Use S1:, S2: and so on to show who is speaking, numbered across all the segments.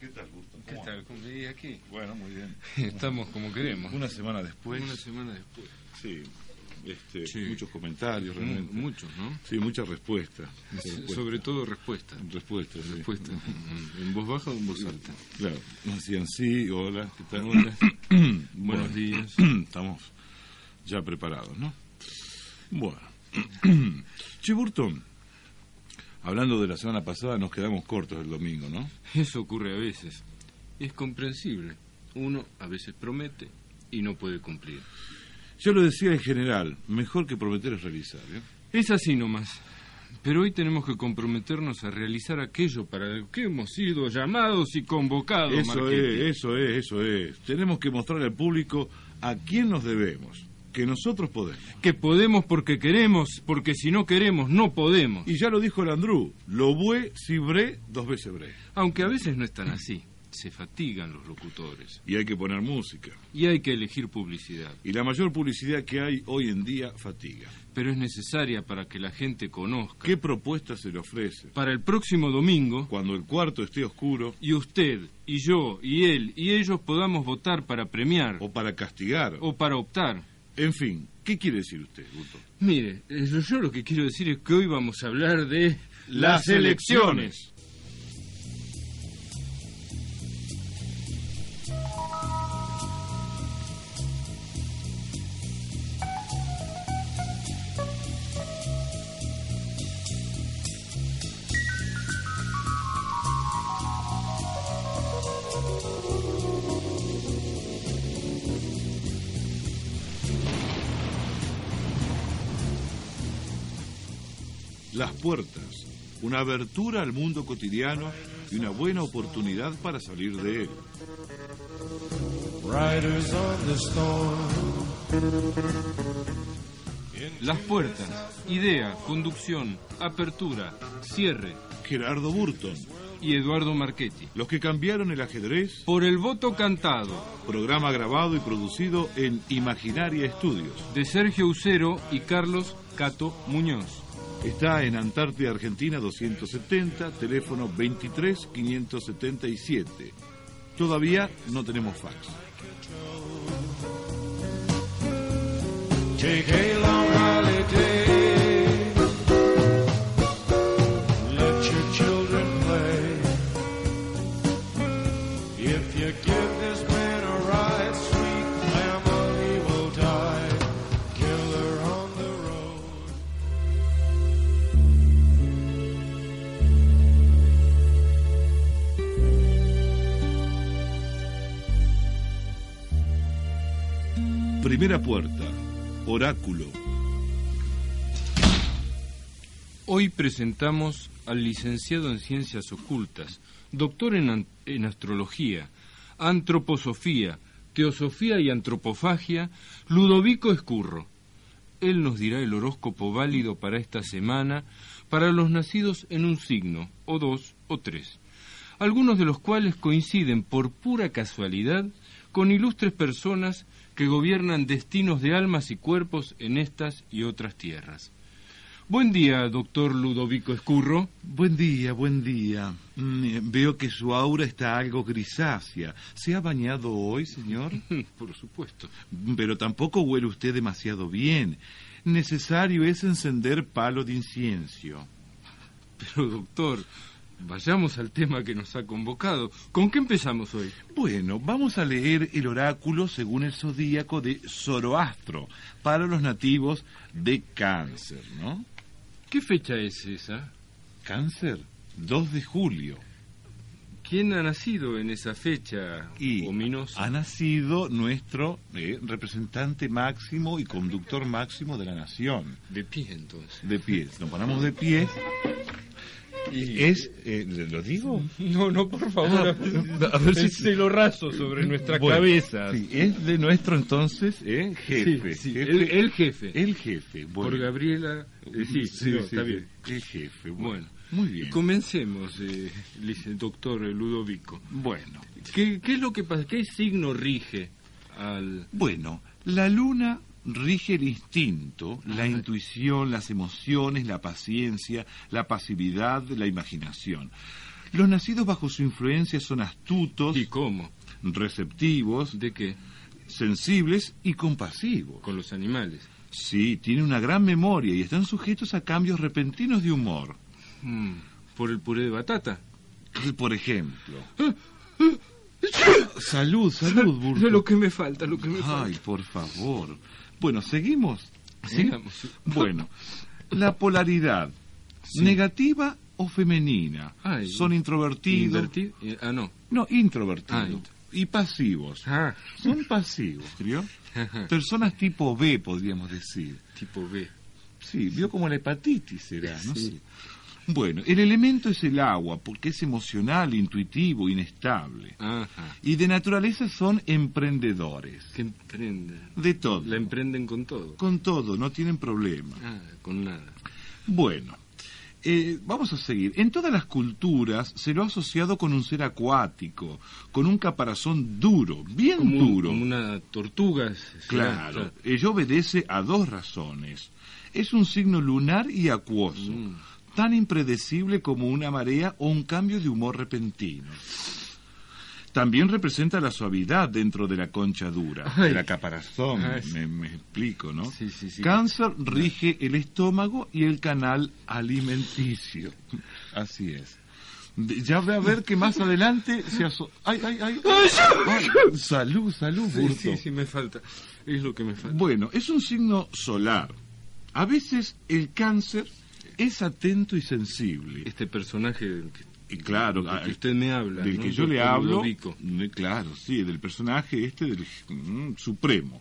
S1: ¿Qué tal, Gusto?
S2: ¿Qué tal? ¿Cómo me aquí?
S1: Bueno, muy bien.
S2: Estamos como queremos. Pues,
S1: Una semana después.
S2: Una semana después.
S1: Sí. Este,
S2: Sí.
S1: Muchos comentarios,
S2: Mu-
S1: realmente.
S2: Muchos, ¿no?
S1: Sí, muchas respuestas.
S2: So- Sobre todo respuestas.
S1: Respuestas, sí.
S2: Respuestas. ¿En voz baja o en voz alta?
S1: Claro. Nos decían sí, hola, ¿qué tal?
S2: Hola.
S1: Bueno,
S2: Buenos días.
S1: Estamos ya preparados, ¿no? Bueno. che, Burton, hablando de la semana pasada, nos quedamos cortos el domingo, ¿no?
S2: Eso ocurre a veces. Es comprensible. Uno a veces promete y no puede cumplir.
S1: Yo lo decía en general, mejor que prometer es realizar, ¿eh?
S2: Es así nomás. Pero hoy tenemos que comprometernos a realizar aquello para lo que hemos sido llamados y convocados,
S1: Eso
S2: Marchetti.
S1: es, eso es, eso es. Tenemos que mostrarle al público a quién nos debemos, que nosotros podemos.
S2: Que podemos porque queremos, porque si no queremos, no podemos.
S1: Y ya lo dijo el Andrú, lo bue si bre, dos veces bre.
S2: Aunque a veces no es tan así. Se fatigan los locutores.
S1: Y hay que poner música.
S2: Y hay que elegir publicidad.
S1: Y la mayor publicidad que hay hoy en día fatiga.
S2: Pero es necesaria para que la gente conozca.
S1: ¿Qué propuesta se le ofrece?
S2: Para el próximo domingo,
S1: Cuando el cuarto esté oscuro,
S2: y usted, y yo, y él, y ellos podamos votar para premiar
S1: o para castigar.
S2: o para optar.
S1: En fin, ¿qué quiere decir usted, Guto?
S2: Mire, eh, yo, yo lo que quiero decir es que hoy vamos a hablar de
S1: Las elecciones. Las puertas, una abertura al mundo cotidiano y una buena oportunidad para salir de él.
S3: Riders on the storm.
S2: Las puertas, idea, conducción, apertura, cierre
S1: Gerardo Burton,
S2: y Eduardo Marchetti.
S1: los que cambiaron el ajedrez,
S2: Por el voto cantado
S1: programa grabado y producido en Imaginaria Estudios.
S2: de Sergio Ucero y Carlos Cato Muñoz.
S1: Está en Antártida Argentina 270, teléfono 23 577. Todavía no tenemos fax.
S3: Take a long holiday. Let your children play. If you give this man a ride, sweet family will die. Kill her on the road.
S1: Primera puerta, oráculo.
S2: Hoy presentamos al licenciado en Ciencias Ocultas, doctor en, an- en Astrología, Antroposofía, Teosofía y Antropofagia, Ludovico Escurro. Él nos dirá el horóscopo válido para esta semana para los nacidos en un signo, o dos, o tres, algunos de los cuales coinciden por pura casualidad con ilustres personas que gobiernan destinos de almas y cuerpos en estas y otras tierras. Buen día, doctor Ludovico Escurro.
S1: Buen día, buen día. Mm, eh, veo que su aura está algo grisácea. ¿Se ha bañado hoy, señor? Mm,
S2: Por supuesto.
S1: Pero tampoco huele usted demasiado bien. Necesario es encender palo de incienso.
S2: Pero, doctor, vayamos al tema que nos ha convocado. ¿Con qué empezamos hoy?
S1: Bueno, vamos a leer el oráculo según el zodíaco de Zoroastro para los nativos de Cáncer, ¿no?
S2: ¿Qué fecha es esa?
S1: Cáncer, 2 de julio.
S2: ¿Quién ha nacido en esa fecha
S1: Y
S2: ominosa?
S1: ha nacido nuestro eh, representante máximo y conductor máximo de la nación.
S2: De pie, entonces.
S1: De pie, nos paramos de pie.
S2: Y-
S1: Es, eh, ¿lo digo?
S2: No, no, por favor.
S1: Ah, a ver si-
S2: se lo raso sobre nuestra
S1: Bueno,
S2: cabeza.
S1: sí, es de nuestro entonces eh, jefe.
S2: Sí, sí,
S1: jefe-
S2: El, el jefe.
S1: el jefe. bueno.
S2: Por Gabriela. eh, sí, no, está bien.
S1: El jefe.
S2: Bueno.
S1: Bueno. Muy bien.
S2: Comencemos, eh, lic- doctor Ludovico.
S1: Bueno.
S2: ¿Qué, qué es lo que pasa? ¿Qué signo rige al
S1: Bueno, la luna rige el instinto, la intuición, las emociones, la paciencia, la pasividad, la imaginación. Los nacidos bajo su influencia son astutos,
S2: ¿Y cómo?
S1: receptivos,
S2: ¿De qué?
S1: sensibles y compasivos.
S2: Con los animales.
S1: Sí, tienen una gran memoria y están sujetos a cambios repentinos de humor.
S2: Mm, ¿Por el puré de batata?
S1: Por ejemplo. salud, salud, Burto.
S2: Lo que me falta, lo que me
S1: Ay, por favor. Bueno, seguimos.
S2: falta. Sigamos.
S1: Bueno, la polaridad, negativa o femenina,
S2: Ay.
S1: son introvertidos,
S2: Invertir. eh, Ah, no.
S1: no,
S2: Ah,
S1: introvertidos
S2: int-
S1: y pasivos.
S2: Ah,
S1: Son pasivos, ¿vio? Personas tipo B, podríamos decir.
S2: tipo B.
S1: Sí, vio como la hepatitis será, no
S2: Sí.
S1: sé. Bueno, el elemento es el agua, porque es emocional, intuitivo, inestable.
S2: Ajá.
S1: Y de naturaleza son emprendedores.
S2: Que emprenden.
S1: De todo.
S2: La emprenden con todo.
S1: Con todo, no tienen problema.
S2: Ah, con nada.
S1: Bueno, eh, vamos a seguir. En todas las culturas se lo ha asociado con un ser acuático, con un caparazón duro, bien
S2: Como, un-
S1: duro.
S2: como una tortuga. será,
S1: Claro, ello obedece a dos razones. Es un signo lunar y acuoso,
S2: Mm.
S1: tan impredecible como una marea o un cambio de humor repentino. También representa la suavidad dentro de la concha dura,
S2: Ay.
S1: de la caparazón,
S2: Ay, sí.
S1: me, me explico, ¿no?
S2: Sí, sí, sí.
S1: Cáncer rige el estómago y el canal alimenticio. Así es. De- Ya va a ver que más adelante se aso... ¡Ay, ay, ay! Ay, salud, salud,
S2: Sí,
S1: Burto.
S2: sí, sí, me falta. Es lo que me falta.
S1: Bueno, es un signo solar. A veces el cáncer es atento y sensible.
S2: Este personaje del que,
S1: Y claro,
S2: Ah, del que
S1: a- este,
S2: usted me habla.
S1: del
S2: ¿no?
S1: que yo le
S2: lo
S1: hablo,
S2: ubico.
S1: mm, claro, sí, del personaje este del mm, supremo.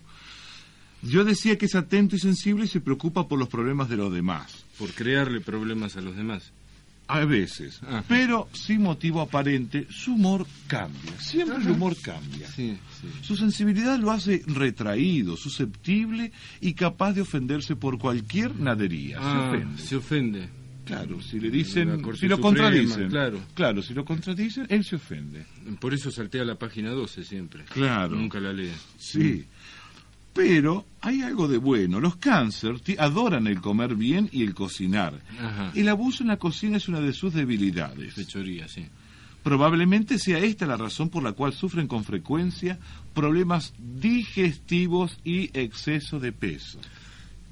S1: Yo decía que es atento y sensible y se preocupa por los problemas de los demás.
S2: Por crearle problemas a los demás.
S1: A veces,
S2: Ajá.
S1: pero sin motivo aparente, su humor cambia. Siempre el humor cambia.
S2: Sí, sí.
S1: Su sensibilidad lo hace retraído, susceptible y capaz de ofenderse por cualquier nadería. Se
S2: Ah,
S1: ofende.
S2: se ofende.
S1: Claro, si le
S2: La
S1: dicen,
S2: Corte
S1: si lo
S2: Suprema,
S1: contradicen,
S2: claro.
S1: claro, si lo contradicen, él se ofende.
S2: Por eso saltea la página 12 siempre.
S1: Claro.
S2: Nunca la lea.
S1: Sí. Pero hay algo de bueno. Los cáncer ti- adoran el comer bien y el cocinar.
S2: Ajá.
S1: El abuso en la cocina es una de sus debilidades.
S2: Fechoría, sí.
S1: Probablemente sea esta la razón por la cual sufren con frecuencia problemas digestivos y exceso de peso.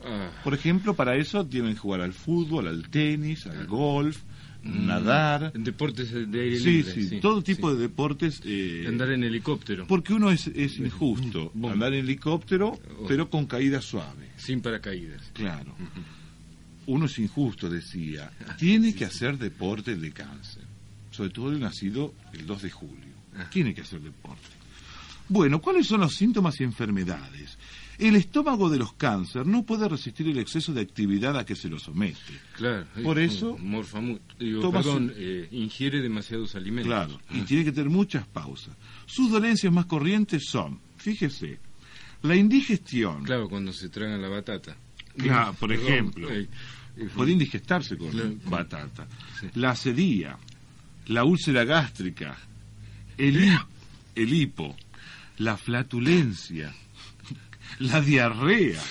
S2: Ah,
S1: Por ejemplo, para eso tienen que jugar al fútbol, al tenis, al golf, nadar.
S2: en deportes de aire
S1: Sí,
S2: Mm. libre.
S1: sí, todo tipo de deportes. eh,
S2: Andar en Mm, helicóptero,
S1: Porque uno es, es injusto.
S2: Bueno.
S1: Andar en helicóptero,
S2: Oh.
S1: pero con caída suave.
S2: sin paracaídas.
S1: Claro. Uno es injusto, decía.
S2: Ah,
S1: Tiene que hacer deporte de cáncer. Sobre todo el nacido el 2 de julio.
S2: Ah.
S1: Tiene que hacer deporte. Bueno, ¿cuáles son los síntomas y enfermedades? El estómago de los cáncer no puede resistir el exceso de actividad a que se lo somete.
S2: Claro.
S1: Por
S2: eh,
S1: eso-
S2: Morfa mu- digo,
S1: Toma su-
S2: perdón, eh, ingiere demasiados alimentos.
S1: Claro, y tiene que tener muchas pausas. Sus dolencias más corrientes son, fíjese, la indigestión,
S2: Claro, cuando se traga la batata.
S1: Claro, por
S2: Perdón,
S1: ejemplo.
S2: eh, eh,
S1: por indigestarse con
S2: Claro.
S1: batata,
S2: Sí.
S1: la sedía, la úlcera gástrica, el, hi- el hipo, la flatulencia, la diarrea,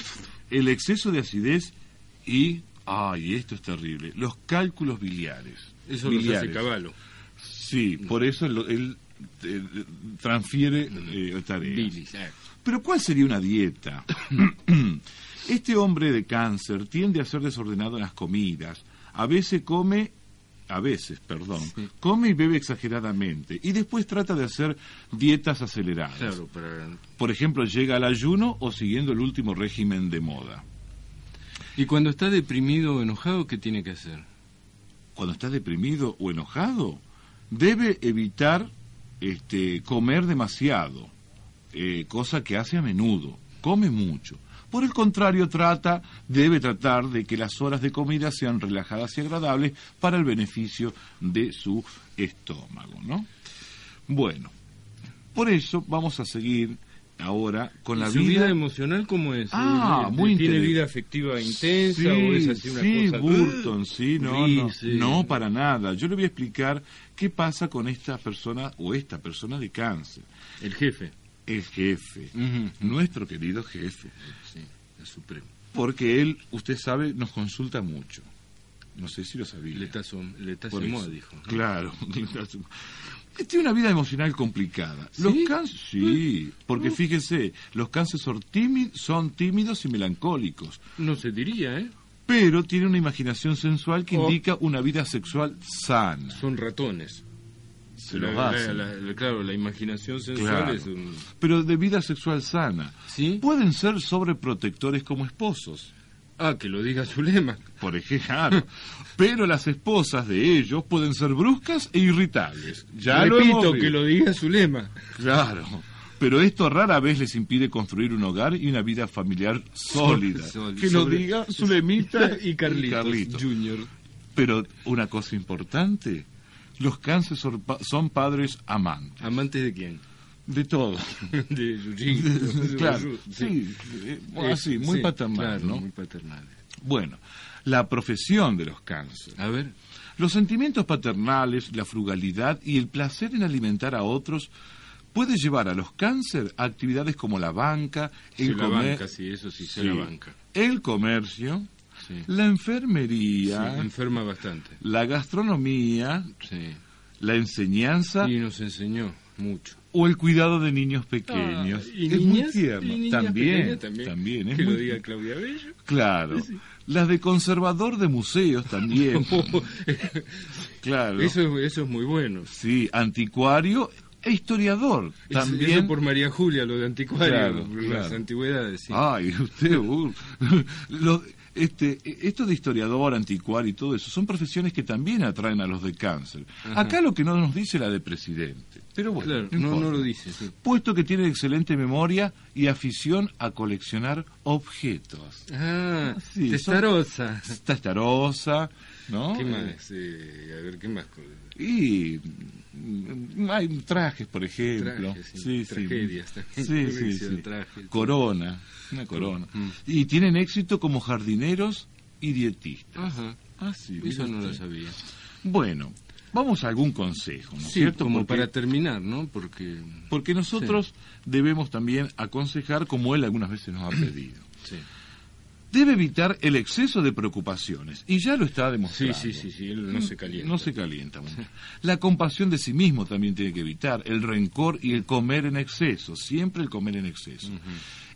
S1: el exceso de acidez y, ay, esto es terrible, los cálculos biliares.
S2: Eso lo hace
S1: Biliares.
S2: caballo.
S1: Sí, por eso lo- él eh, transfiere eh, tareas.
S2: Mm. Bilis. eh.
S1: Pero ¿cuál sería una dieta? este hombre de cáncer tiende a ser desordenado en las comidas. A veces come, a veces, perdón, come y bebe exageradamente y después trata de hacer dietas aceleradas.
S2: Claro, para...
S1: Por ejemplo, llega al ayuno o siguiendo el último régimen de moda.
S2: Y cuando está deprimido o enojado, ¿qué tiene que hacer?
S1: Cuando está deprimido o enojado, debe evitar este, comer demasiado, eh, cosa que hace a menudo, come mucho. Por el contrario, trata, debe tratar de que las horas de comida sean relajadas y agradables para el beneficio de su estómago, ¿no? Bueno, por eso vamos a seguir ahora con la
S2: ¿Y su vida,
S1: vida...
S2: emocional cómo es?
S1: Ah,
S2: ¿Eh,
S1: muy
S2: ¿Tiene
S1: interes-
S2: vida afectiva intensa
S1: Sí,
S2: o es así una
S1: sí,
S2: cosa?
S1: Burton, sí, no, no,
S2: Gris, eh.
S1: no, para nada. Yo le voy a explicar qué pasa con esta persona o esta persona de cáncer.
S2: Ah. El jefe.
S1: El jefe, nuestro querido jefe,
S2: Sí, el supremo.
S1: porque él, usted sabe, nos consulta mucho. No sé si lo sabía.
S2: Letazo,
S1: Por
S2: letacemó,
S1: eso.
S2: dijo. ¿no?
S1: Claro. letazo. Tiene una vida emocional complicada. Los
S2: ¿Sí? Mm.
S1: cánceres, sí, porque fíjense, los cánceres son, tími- son tímidos y melancólicos,
S2: No se diría, ¿eh?
S1: pero tiene una imaginación sensual que
S2: Oh.
S1: indica una vida sexual sana.
S2: Son ratones.
S1: Se
S2: La-
S1: los
S2: la-
S1: hacen.
S2: la- la- claro, la imaginación sensual
S1: Claro.
S2: es un...
S1: Pero de vida sexual sana.
S2: ¿Sí?
S1: Pueden ser sobreprotectores como esposos.
S2: Ah, que lo diga Zulema.
S1: Por ejemplo, pero las esposas de ellos pueden ser bruscas e irritables. Ya lo
S2: Repito,
S1: hemos
S2: que
S1: visto.
S2: lo diga Zulema.
S1: Claro. Pero esto rara vez les impide construir un hogar y una vida familiar sólida.
S2: Sol-
S1: que lo
S2: sobre-
S1: diga Zulemita
S2: y Carlitos,
S1: Carlitos.
S2: Junior.
S1: Pero una cosa importante, los cánceres son pa- son padres amantes.
S2: ¿Amantes de quién?
S1: De todo.
S2: De Yuyín.
S1: claro. Sí, eh, así, muy
S2: Sí,
S1: paternal,
S2: claro,
S1: ¿no?
S2: muy paternal.
S1: Bueno, la profesión de los cánceres.
S2: A ver,
S1: Los sentimientos paternales, la frugalidad y el placer en alimentar a otros puede llevar a los cáncer a actividades como la banca,
S2: se
S1: el,
S2: la
S1: comer-
S2: banca, sí, eso sí, se la
S1: Sí.
S2: banca.
S1: el comercio,
S2: Sí.
S1: la
S2: Sí,
S1: enfermería,
S2: enferma bastante.
S1: la gastronomía,
S2: Sí.
S1: la enseñanza
S2: Y nos enseñó mucho.
S1: o el cuidado de niños pequeños.
S2: Ah, ¿y
S1: es muy
S2: niñas?
S1: tierno.
S2: ¿Y niñas
S1: También,
S2: pequeñas
S1: también, es
S2: que lo
S1: muy
S2: diga Claudia Bello.
S1: claro. Las de conservador de museos también, claro.
S2: eso, eso es muy bueno.
S1: Sí, anticuario e historiador
S2: También
S1: también.
S2: por María Julia, lo de anticuario,
S1: Claro,
S2: por las
S1: claro. Ah,
S2: antigüedades. sí.
S1: Ay, usted, uh, lo- este, esto de historiador, anticuario y todo eso, son profesiones que también atraen a los de cáncer. Acá lo que no nos dice la de presidente, pero bueno,
S2: Claro,
S1: no
S2: no, no
S1: importa.
S2: lo dice. sí.
S1: puesto que tiene excelente memoria y afición a coleccionar objetos.
S2: Ah,
S1: sí,
S2: testarosa.
S1: Está estarosa, ¿no?
S2: ¿Qué más? Eh, a ver, ¿qué más?
S1: Y mm, hay trajes, por ejemplo.
S2: Trajes, sí, tragedias
S1: Sí,
S2: también.
S1: sí,
S2: Colección de
S1: sí.
S2: trajes. Mm.
S1: Corona, una corona. Y tienen éxito como jardineros y dietistas.
S2: Ajá,
S1: Ah, sí,
S2: eso
S1: mire
S2: no lo
S1: usted.
S2: sabía.
S1: Bueno, vamos a algún consejo, ¿no es
S2: Sí,
S1: cierto?
S2: como
S1: Porque,
S2: para terminar, ¿no? Porque...
S1: porque nosotros debemos también aconsejar como él algunas veces nos ha pedido.
S2: Sí.
S1: Debe evitar el exceso de preocupaciones, y ya lo está
S2: Sí,
S1: demostrando.
S2: sí, sí, sí, él no se calienta.
S1: Mm, No se calienta mucho. La compasión de sí mismo también tiene que evitar, el rencor y el comer en exceso, siempre el comer en exceso.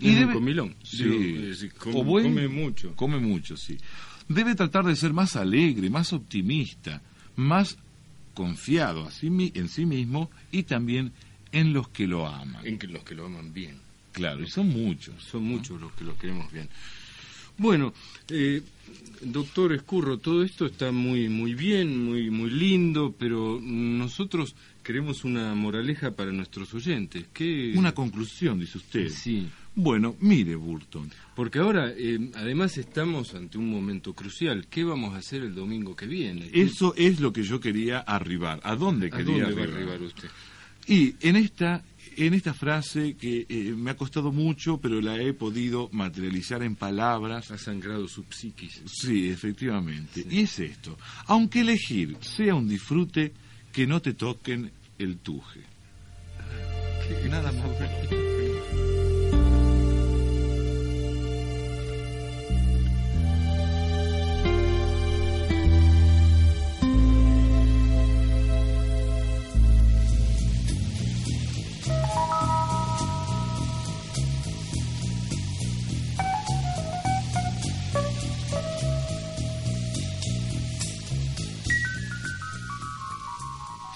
S2: Y es un comilón.
S1: Sí.
S2: Digo, es decir, come-
S1: O buen-
S2: come mucho.
S1: Come mucho, sí. Debe tratar de ser más alegre, más optimista, más confiado a sí mi- en sí mismo y también en los que lo aman.
S2: En que los que lo aman bien.
S1: Claro, y son muchos.
S2: Son muchos los que los queremos bien. Bueno, eh, doctor Escurro, todo esto está muy muy bien, muy muy lindo, pero nosotros queremos una moraleja para nuestros oyentes. ¿Qué?
S1: Una conclusión, dice usted.
S2: sí,
S1: Bueno, mire, Burton.
S2: porque ahora eh, además estamos ante un momento crucial. ¿Qué vamos a hacer el domingo que viene?
S1: Eso es lo que yo quería arribar. ¿A dónde
S2: ¿A
S1: quería
S2: dónde va a
S1: arribar?
S2: arribar usted?
S1: Y en esta, en esta frase que eh, me ha costado mucho, pero la he podido materializar en palabras.
S2: Ha sangrado su psiquis.
S1: Sí, efectivamente. Y es esto. Aunque elegir sea un disfrute, que no te toquen el tuje. Nada más.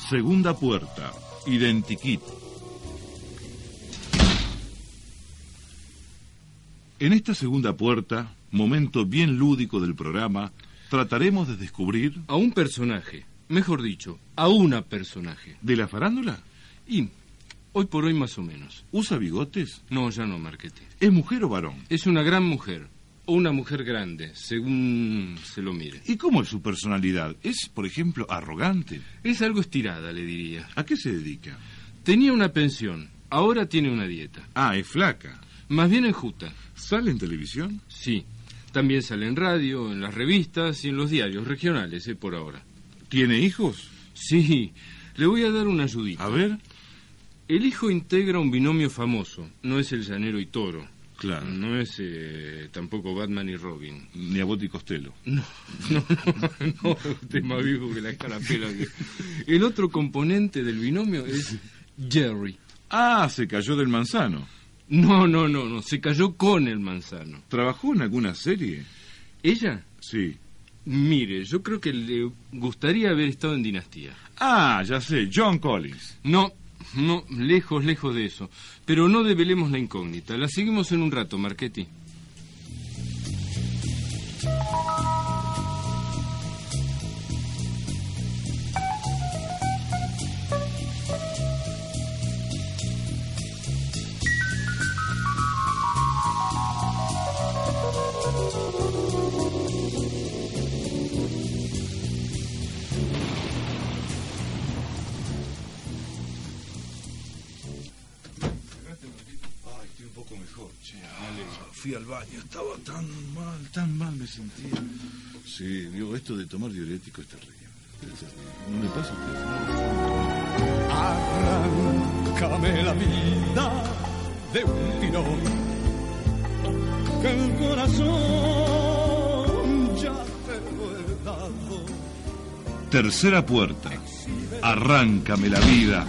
S1: Segunda puerta. Identikit. En esta segunda puerta, momento bien lúdico del programa, trataremos de descubrir
S2: A un personaje, mejor dicho, a una personaje.
S1: de la farándula.
S2: Y hoy por hoy más o menos.
S1: ¿Usa bigotes?
S2: No, ya no, Marquete.
S1: ¿Es mujer o varón?
S2: Es una gran mujer, o una mujer grande, según se lo mire.
S1: ¿Y cómo es su personalidad? ¿Es, por ejemplo, arrogante?
S2: Es algo estirada, le diría.
S1: ¿A qué se dedica?
S2: Tenía una pensión, ahora tiene una dieta.
S1: Ah, es flaca.
S2: Más bien enjuta,
S1: ¿Sale en televisión?
S2: sí. También sale en radio, en las revistas y en los diarios regionales, eh, por ahora.
S1: ¿Tiene hijos?
S2: Sí, le voy a dar una ayudita.
S1: A ver.
S2: El hijo integra un binomio famoso, no es el llanero y toro.
S1: Claro.
S2: No es eh, tampoco Batman y Robin.
S1: Ni a Botti Costello.
S2: No, no, no, no, usted es más viejo que la escarapela. que- El otro componente del binomio es Jerry.
S1: Ah, se cayó del manzano.
S2: No, no, no, no, se cayó con el manzano.
S1: ¿Trabajó en alguna serie?
S2: Ella,
S1: Sí.
S2: mire, yo creo que le gustaría haber estado en Dinastía.
S1: Ah, ya sé, John Collins.
S2: No, no, lejos, lejos de eso. Pero no develemos la incógnita. La seguimos en un rato, Marchetti.
S4: Ay, estoy un poco mejor, che. Fui al baño, estaba tan mal, tan mal me sentía.
S1: Sí, digo, esto de tomar diurético es terrible. Es terrible. ¿No le pasa a usted?
S5: Arráncame la vida de un tirón, que el corazón ya te lo he dado.
S1: Tercera puerta. Arráncame la vida.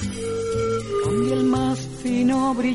S6: Cambia el más fino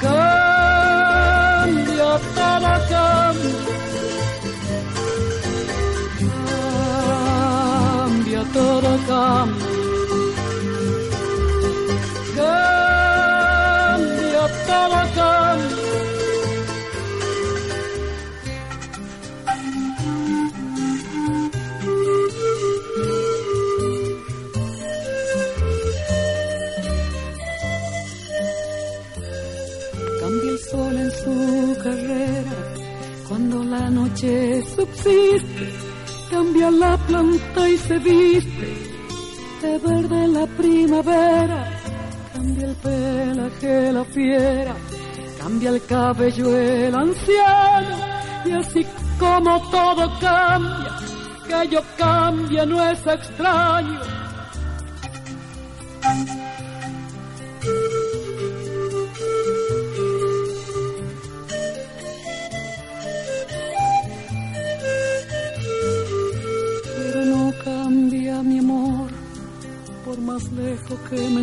S6: Cambia todo cambia. cambia, todo cambia. Cambia, todo cambia. Cambia el sol en su carrera cuando la noche subsiste. Cambia la planta y se viste de verde la primavera. Cambia el pelaje la fiera. Cambia el cabello el anciano. Y así como todo cambia, que yo cambie no es extraño. pero no cambia mi amor, por más lejos que me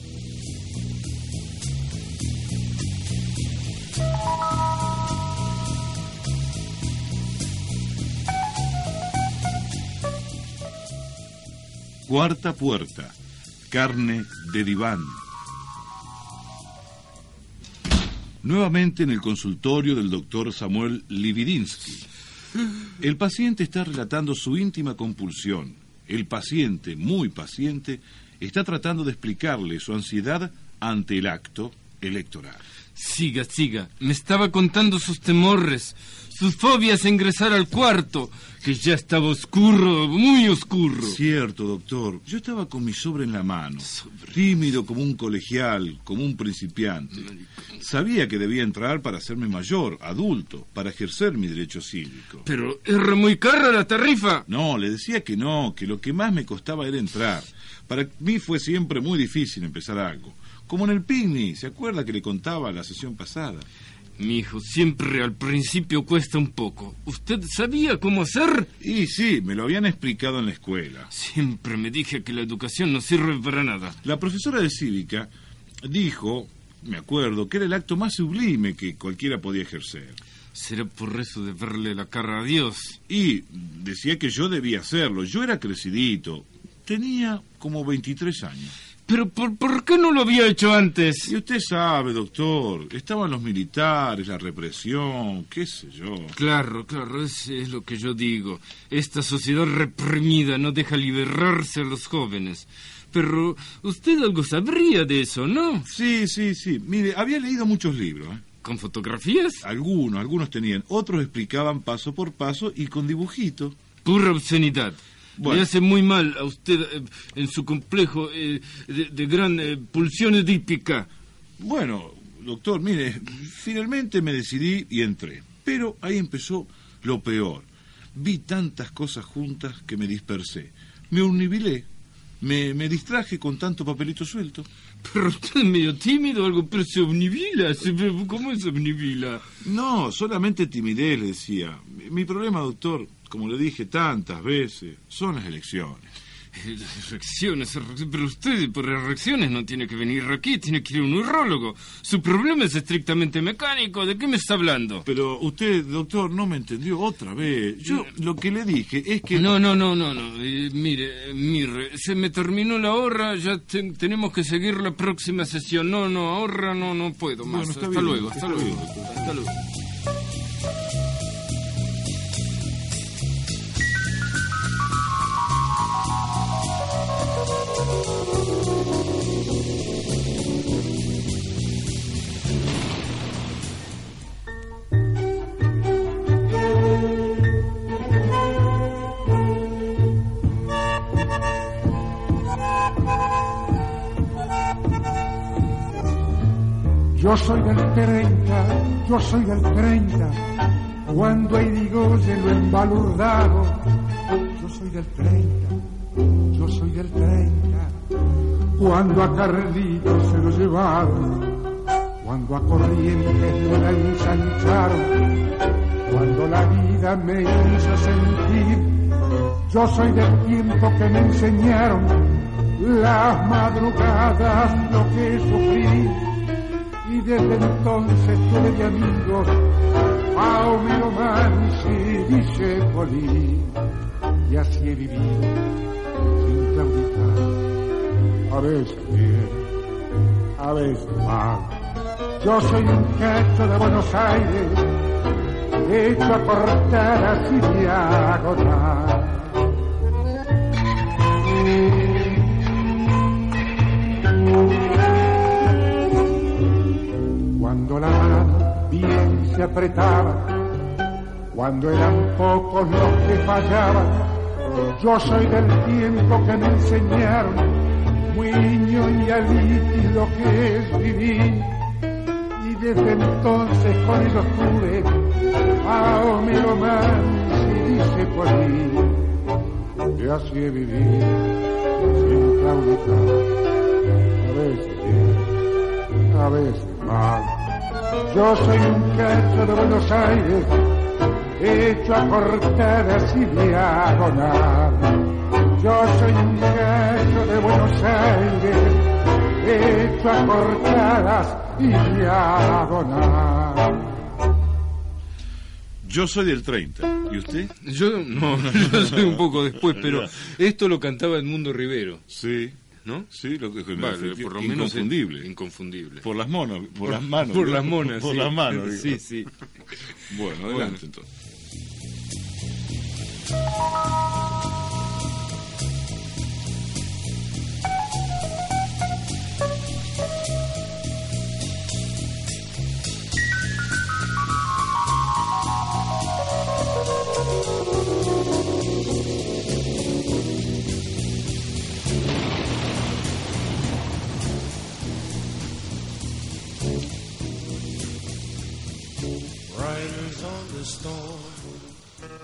S1: Cuarta puerta, carne de diván. Nuevamente en el consultorio del doctor Samuel Lividinsky. El paciente está relatando su íntima compulsión. El paciente, muy paciente, está tratando de explicarle su ansiedad ante el acto electoral.
S2: Siga, siga. Me estaba contando sus temores, sus fobias a ingresar al cuarto, que ya estaba oscuro, muy oscuro.
S1: Cierto, doctor. Yo estaba con mi sobre en la mano, tímido como un colegial, como un principiante. Sabía que debía entrar para hacerme mayor, adulto, para ejercer mi derecho cívico.
S2: Pero es muy cara la tarifa.
S1: No, le decía que no, que lo que más me costaba era entrar. Para mí fue siempre muy difícil empezar algo. Como en el picnic, ¿se acuerda que le contaba la sesión pasada?
S2: Mi hijo, siempre al principio cuesta un poco. ¿Usted sabía cómo hacer?
S1: Y sí, me lo habían explicado en la escuela.
S2: Siempre me dije que la educación no sirve para nada.
S1: La profesora de cívica dijo, me acuerdo, que era el acto más sublime que cualquiera podía ejercer.
S2: Será por eso de verle la cara a Dios.
S1: Y decía que yo debía hacerlo. Yo era crecidito. Tenía como 23 años.
S2: Pero ¿por, por qué no lo había hecho antes?
S1: Y usted sabe, doctor, estaban los militares, la represión, qué sé yo.
S2: Claro, claro, es, es lo que yo digo. Esta sociedad reprimida no deja liberarse a los jóvenes. Pero usted algo sabría de eso, ¿no?
S1: Sí, sí, sí. Mire, había leído muchos libros. ¿eh?
S2: ¿Con fotografías?
S1: Algunos, algunos tenían. Otros explicaban paso por paso y con dibujitos.
S2: Pura obscenidad.
S1: Bueno.
S2: Le hace muy mal a usted eh, en su complejo eh, de, de gran eh, pulsión edípica.
S1: Bueno, doctor, mire, finalmente me decidí y entré. Pero ahí empezó lo peor. Vi tantas cosas juntas que me dispersé. Me unibilé. Me, me distraje con tanto papelito suelto.
S2: Pero usted es medio tímido o algo, pero se omnibila. se- ¿Cómo es omnibila?
S1: No, solamente timidez, le decía. Mi, mi problema, doctor, como le dije tantas veces, son las elecciones.
S2: Eh, Reacciones, reacciones, pero usted por las reacciones no tiene que venir aquí, tiene que ir a un urrólogo. Su problema es estrictamente mecánico, ¿de qué me está hablando?
S1: Pero usted, doctor, no me entendió otra vez. Yo lo que le dije es que...
S2: No, no, no, no, no. eh, mire, eh, mire, se me terminó la hora, ya te- tenemos que seguir la próxima sesión. No, no, ahora no, no puedo más.
S1: Bueno, está
S2: hasta
S1: bien,
S2: luego, hasta
S1: está
S2: luego,
S1: bien.
S2: hasta luego.
S7: Yo soy del 30, yo soy del 30, cuando hay digo se lo embalurdado. Yo soy del 30, yo soy del 30, cuando a Carlito se lo llevaron, cuando a Corrientes me la ensancharon, cuando la vida me hizo sentir. Yo soy del tiempo que me enseñaron las madrugadas lo que sufrí y desde entonces tuve de amigos a Homero Mansi y Cepolí. Y así he vivido sin claudicar, a veces bien, a veces mal. Yo soy un cacho de Buenos Aires, hecho a cortar así diagonal. cuando la mano bien se apretaba, cuando eran pocos los que fallaban. Yo soy del tiempo que me enseñaron, Muño y Alitis lo que es vivir. Y desde entonces con ellos tuve a Homero Mansi dice por mí. Y así he vivido sin claudicar, a veces bien, a veces mal. Yo soy un cacho de Buenos Aires, hecho a cortadas y diagonal. Yo soy un cacho de Buenos Aires, hecho a cortadas y diagonal.
S1: Yo soy del 30. ¿Y usted?
S2: Yo, no, yo soy un poco después, pero esto lo cantaba Edmundo Rivero,
S1: Sí,
S2: ¿no?
S1: sí, lo que...
S2: Vale, por lo menos es
S1: inconfundible.
S2: Inconfundible.
S1: Por las monas, por, las manos.
S2: Por
S1: digo.
S2: las monas.
S1: Por
S2: sí.
S1: las manos. digo.
S2: Sí, sí.
S1: Bueno, adelante entonces.
S3: Riders on the storm.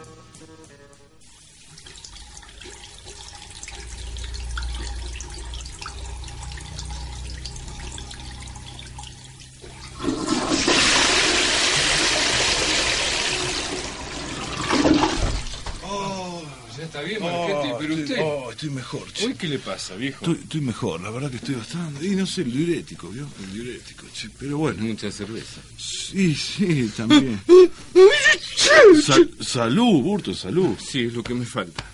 S2: Ya está bien, Marchetti,
S4: Oh,
S2: pero
S4: estoy-
S2: usted...
S4: oh, estoy mejor, che.
S2: ¿Hoy qué le pasa, viejo?
S4: Estoy, estoy mejor, la verdad que estoy bastante. Y no sé, el diurético, ¿vio? El diurético, che. Pero bueno.
S2: Mucha cerveza.
S4: Sí, sí, también. Sal- salud, Burto, salud.
S2: Sí, es lo que me falta.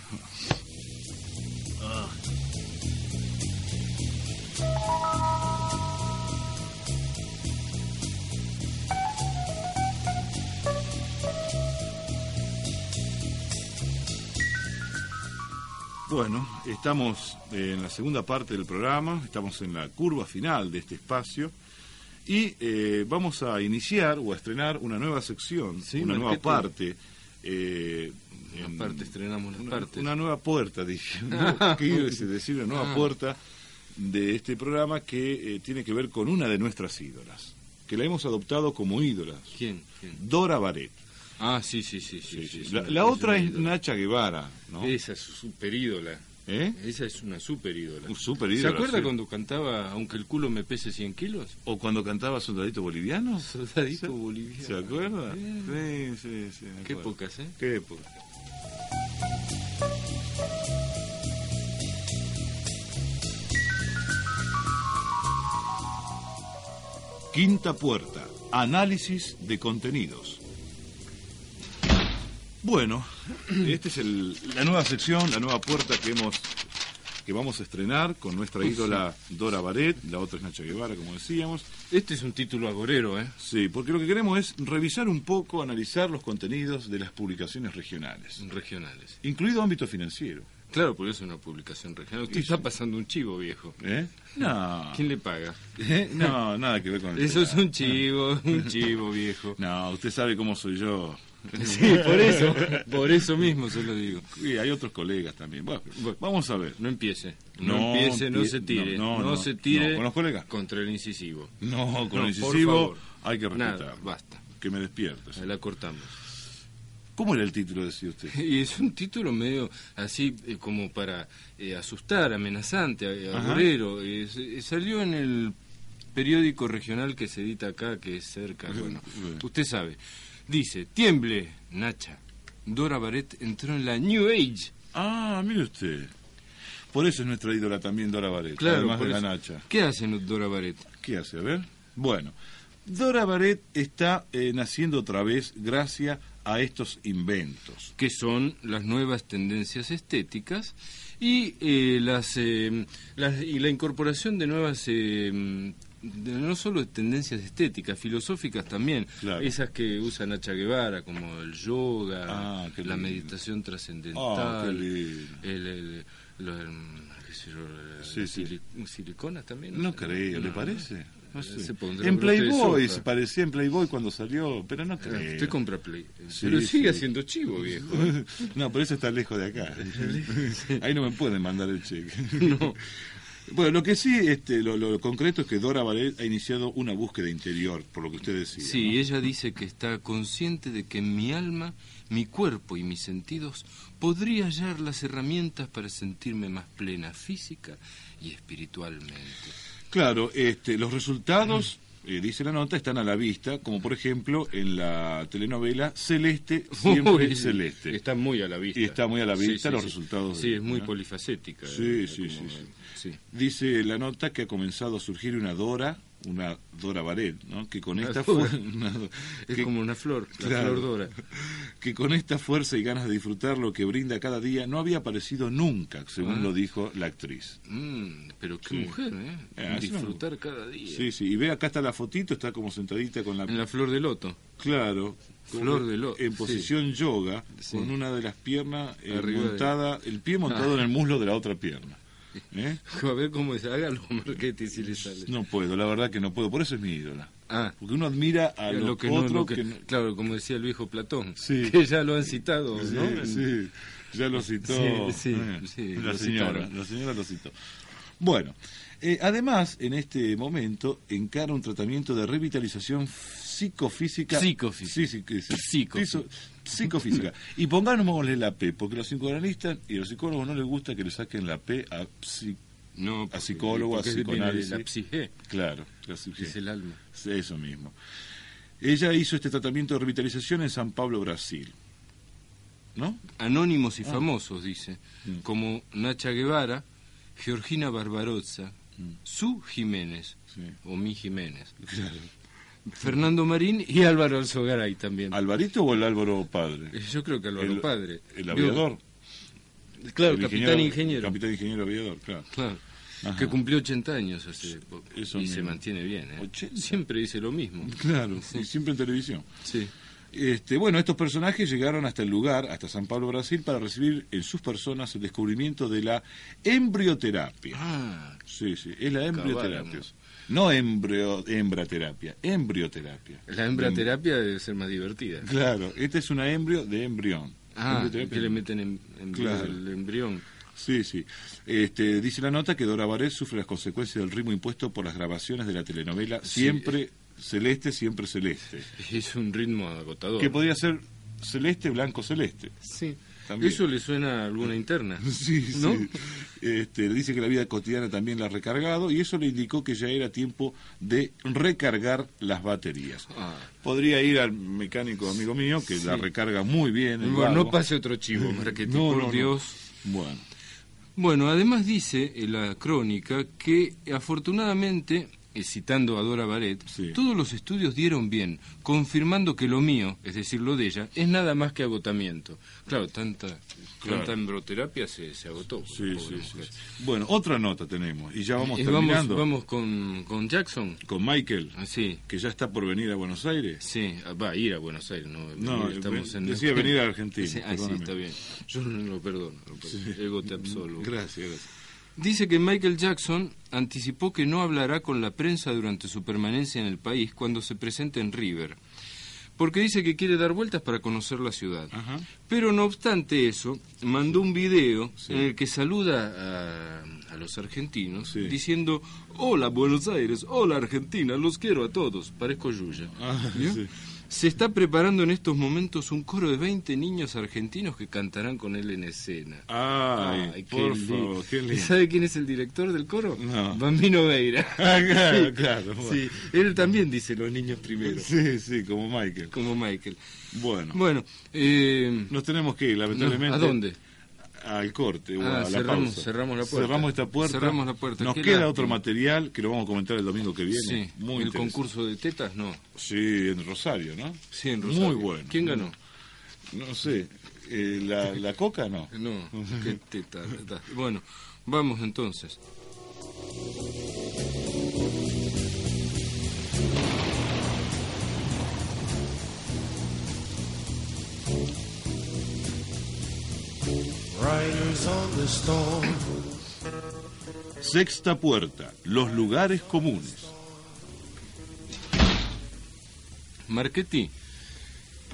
S1: Bueno, estamos eh, en la segunda parte del programa, estamos en la curva final de este espacio y eh, vamos a iniciar o a estrenar una nueva sección,
S2: Sí,
S1: una nueva
S2: Marquete.
S1: parte. eh, en-
S2: Aparte, estrenamos las
S1: una,
S2: partes.
S1: una nueva puerta, dije. ¿no? ¿Qué iba a decir? Decir una nueva
S2: Ah.
S1: puerta de este programa que eh, tiene que ver con una de nuestras ídolas, que la hemos adoptado como ídola,
S2: ¿Quién? ¿Quién?
S1: Dora Baret.
S2: Ah, sí, sí, sí. sí, sí, es
S1: La,
S2: una-
S1: la otra
S2: una
S1: es
S2: ídola.
S1: Nacha Guevara, ¿no?
S2: Esa es super ídola.
S1: ¿Eh?
S2: Esa es una super ídola.
S1: Un superídola,
S2: ¿Se acuerda
S1: sí.
S2: cuando cantaba Aunque el culo me pese 100 kilos?
S1: ¿O cuando cantaba Soldadito Boliviano? ¿Se-
S2: Soldadito Boliviano.
S1: ¿Se acuerda? Sí, sí, sí. me
S2: Qué
S1: acuerdo.
S2: pocas, ¿eh?
S1: Qué época. Quinta puerta. Análisis de contenidos. Bueno, esta es el- la nueva sección, la nueva puerta que hemos que vamos a estrenar con nuestra ídola Dora Baret, la otra es Nacha Guevara, como decíamos.
S2: Este es un título agorero, ¿eh?
S1: Sí, porque lo que queremos es revisar un poco, analizar los contenidos de las publicaciones regionales,
S2: Regionales.
S1: incluido ámbito financiero.
S2: Claro, porque es una publicación regional. Usted
S1: Y
S2: está
S1: sí.
S2: pasando un chivo, viejo.
S1: ¿Eh? No.
S2: ¿Quién le paga?
S1: ¿Eh? No, nada que ver con el
S2: Eso es
S1: tema.
S2: un chivo, un chivo, viejo.
S1: No, usted sabe cómo soy yo.
S2: Sí, por eso, por eso mismo se lo digo.
S1: Y hay otros colegas también. Bueno,
S2: Bueno.
S1: vamos a ver.
S2: No empiece, no,
S1: No
S2: empiece, no
S1: empie-
S2: se tire,
S1: no,
S2: no,
S1: no, no,
S2: se tire
S1: no, con los colegas.
S2: contra el incisivo.
S1: No, con
S2: No,
S1: el
S2: por
S1: incisivo
S2: favor.
S1: hay que
S2: Nada,
S1: respetar.
S2: basta.
S1: Que me despiertes.
S2: La cortamos.
S1: ¿Cómo era el título, decía usted?
S2: Y es un título medio así eh, como para eh, asustar, amenazante, eh,
S1: Ajá.
S2: agorero. Eh, se- eh, salió en el periódico regional que se edita acá, que es cerca. Bueno,
S1: Bueno.
S2: usted sabe. Dice, tiemble, Nacha. Dora Baret entró en la New Age.
S1: Ah, mire usted. Por eso es nuestra ídola también Dora Varela, además
S2: por
S1: de la
S2: eso.
S1: Nacha.
S2: ¿Qué hace Dora Baret?
S1: ¿Qué hace? A ver. Bueno, Dora Baret está eh, naciendo otra vez gracias a estos inventos.
S2: que son las nuevas tendencias estéticas y eh, las, eh, las- y la incorporación de nuevas eh, de- no solo de tendencias estéticas filosóficas también
S1: Claro.
S2: esas que usa Nacha Guevara como el yoga
S1: Ah, qué
S2: la
S1: lindo.
S2: meditación
S1: Ah, qué
S2: trascendental
S1: lindo.
S2: el, el- lo- el- qué sé yo, la-
S1: Sí, sí.
S2: sili- silicona también
S1: No creo, ¿le
S2: No,
S1: parece? No
S2: Eh,
S1: sé.
S2: se pondrá
S1: En
S2: un brote de
S1: Playboy,
S2: sopa.
S1: se parecía en Playboy cuando salió, pero no
S2: no.
S1: creo.
S2: usted compra play eh,
S1: Sí,
S2: pero sigue
S1: sí.
S2: haciendo chivo viejo
S1: no, pero eso está lejos de acá. Ahí no me pueden mandar el cheque. Bueno, lo que sí, este, lo, lo concreto es que Dora Baret ha iniciado una búsqueda interior, por lo que usted decía.
S2: Sí,
S1: ¿no?
S2: ella dice que está consciente de que en mi alma, mi cuerpo y mis sentidos podría hallar las herramientas para sentirme más plena física y espiritualmente.
S1: Claro, este, los resultados, eh, dice la nota, están a la vista, como por ejemplo en la telenovela Celeste, siempre
S2: Uy,
S1: es Celeste.
S2: Está muy a la vista.
S1: Y está muy a la
S2: Sí,
S1: vista
S2: sí,
S1: los
S2: sí.
S1: resultados
S2: Sí,
S1: de-
S2: es muy
S1: ¿no?
S2: polifacética.
S1: Sí,
S2: eh,
S1: sí,
S2: como-
S1: sí,
S2: sí.
S1: Dice la nota que ha comenzado a surgir una Dora, una Dora Baret, ¿no? que con
S2: Una
S1: esta
S2: Dora.
S1: fu- una do-
S2: Es
S1: que-
S2: como una flor, la
S1: Claro.
S2: flor dora.
S1: que con esta fuerza y ganas de disfrutar lo que brinda cada día no había aparecido nunca, según
S2: Ah.
S1: lo dijo la actriz.
S2: Mm, pero qué
S1: Sí.
S2: mujer, ¿eh?
S1: Ah, es una-
S2: Disfrutar cada día.
S1: Sí, sí, y ve acá está la fotito, está como sentadita con la...
S2: En la flor de loto.
S1: Claro.
S2: Flor de lo-
S1: En
S2: sí.
S1: posición yoga,
S2: Sí.
S1: con una de las piernas eh,
S2: Arriba de-
S1: montada, el pie montado
S2: Ah.
S1: en el muslo de la otra pierna. ¿Eh?
S2: A ver cómo es. Hágalo, Marquete, si le sale.
S1: No puedo, la verdad que no puedo, por eso es mi ídola.
S2: Ah.
S1: Porque uno admira a
S2: Lo
S1: los
S2: que no,
S1: otros
S2: lo que-
S1: que no-
S2: Claro, como decía el viejo Platón,
S1: Sí.
S2: que ya lo han citado,
S1: Sí,
S2: ¿no?
S1: sí, ya lo citó.
S2: Sí, sí,
S1: eh,
S2: sí,
S1: la, señora,
S2: lo citaron.
S1: la señora lo citó. Bueno, eh, además, en este momento encara un tratamiento de revitalización psicofísica.
S2: Psicofísica.
S1: Sí, sí, que sí.
S2: Psicofísica.
S1: Piso- psicofísica. Y pongámosle la P, porque los psicoanalistas y los psicólogos no les gusta que le saquen la P a psi-
S2: No,
S1: A psicólogo, a
S2: porque viene de
S1: psicoanálisis.
S2: La psige,
S1: Claro, la psi-
S2: que es el alma.
S1: Sí, Eso mismo. Ella hizo este tratamiento de revitalización en San Pablo, Brasil. ¿no?
S2: Anónimos y famosos, dice,
S1: Mm.
S2: como Nacha Guevara, Georgina Barbarozza,
S1: Mm.
S2: Su Jiménez,
S1: Sí.
S2: o Mi Jiménez, Fernando Marín y Álvaro Alzogaray también.
S1: ¿Alvarito o el Álvaro padre?
S2: Yo creo que Álvaro
S1: El-
S2: Padre.
S1: El
S2: Digo,
S1: aviador.
S2: Claro,
S1: el
S2: capitán ingeniero.
S1: Capitán ingeniero aviador, claro.
S2: Claro.
S1: Ajá.
S2: Que cumplió 80 años hace poco. Y
S1: Eso
S2: se
S1: mismo.
S2: mantiene bien, ¿eh?
S1: 80.
S2: Siempre dice lo mismo.
S1: Claro, y siempre en televisión.
S2: Sí.
S1: Este, bueno, estos personajes llegaron hasta el lugar, hasta San Pablo, Brasil, para recibir en sus personas el descubrimiento de la embrioterapia.
S2: Ah,
S1: Sí, sí, es la embrioterapia.
S2: Caballo.
S1: No embrio, embraterapia, embrioterapia.
S2: la embraterapia debe ser más divertida.
S1: Claro, esta es una embrio de embrión.
S2: Ah, que
S1: Embrioterapia.
S2: le meten en, en-
S1: Claro.
S2: el embrión.
S1: Sí, sí. Este, dice la nota que Dora Barés sufre las consecuencias del ritmo impuesto por las grabaciones de la telenovela
S2: Sí.
S1: Siempre Celeste, Siempre Celeste.
S2: Es un ritmo agotador.
S1: Que podría ser celeste, blanco, celeste.
S2: Sí.
S1: También.
S2: Eso le suena a alguna interna.
S1: Sí,
S2: ¿No?
S1: sí. Este, dice que la vida cotidiana también la ha recargado y eso le indicó que ya era tiempo de recargar las baterías.
S2: Ah.
S1: Podría ir al mecánico amigo mío que la recarga muy bien. el
S2: Bueno, no
S1: vago.
S2: pase otro chivo, Marquetti,
S1: No,
S2: por
S1: no, no.
S2: Dios.
S1: Bueno,
S2: Bueno, además dice en la crónica que afortunadamente, eh, citando a Dora Baret,
S1: Sí.
S2: todos los estudios dieron bien, confirmando que lo mío, es decir, lo de ella, es nada más que agotamiento. Claro, tanta,
S1: Claro.
S2: tanta embroterapia se, se agotó.
S1: sí,
S2: pobre
S1: sí, sí,
S2: mujer.
S1: sí. Bueno, otra nota tenemos y ya vamos
S2: Eh, vamos,
S1: terminando
S2: vamos con, con Jackson.
S1: con Michael,
S2: Ah, Sí,
S1: que ya está por venir a Buenos Aires.
S2: sí, ah, va a ir a Buenos Aires. No,
S1: No,
S2: estamos
S1: ve-
S2: en-
S1: decía venir a Argentina,
S2: Sí, ah, sí,
S1: perdóname.
S2: está bien. Yo no lo perdono. lo perdono. Ego te absolvo.
S1: Gracias, gracias.
S2: Dice que Michael Jackson anticipó que no hablará con la prensa durante su permanencia en el país cuando se presente en River, porque dice que quiere dar vueltas para conocer la ciudad.
S1: Ajá.
S2: Pero no obstante eso, mandó un video en el que saluda a, a los argentinos
S1: Sí.
S2: diciendo, hola Buenos Aires, hola Argentina, los quiero a todos, parezco Yuya.
S1: Ah,
S2: ¿Vio?
S1: sí.
S2: Se está preparando en estos momentos un coro de 20 niños argentinos que cantarán con él en escena.
S1: Ay,
S2: Ay, qué
S1: por
S2: lindo.
S1: favor, qué
S2: ¿Y
S1: lindo.
S2: sabe quién es el director del coro?
S1: No.
S2: Bambino Veira.
S1: Ah, claro, claro, bueno.
S2: Sí, él también dice los niños primero,
S1: Sí, sí, como Michael.
S2: como Michael.
S1: Bueno,
S2: Bueno, eh,
S1: nos tenemos que ir,
S2: no,
S1: lamentablemente.
S2: ¿a dónde?
S1: al corte o
S2: Ah,
S1: a la
S2: cerramos-
S1: pausa.
S2: cerramos la puerta.
S1: Cerramos esta puerta.
S2: Cerramos la puerta.
S1: Nos
S2: Qué
S1: queda
S2: lástima.
S1: otro material que lo vamos a comentar el domingo que viene.
S2: Sí,
S1: Muy
S2: el
S1: interesante.
S2: concurso de tetas, no.
S1: Sí, en Rosario, ¿no?
S2: Sí, en Rosario.
S1: Muy bueno.
S2: ¿Quién ganó?
S1: No sé. Eh, la, la coca no.
S2: No, qué teta, teta. Bueno, vamos entonces.
S3: Riders on the storm.
S1: Sexta puerta. Los lugares comunes.
S2: Marchetti,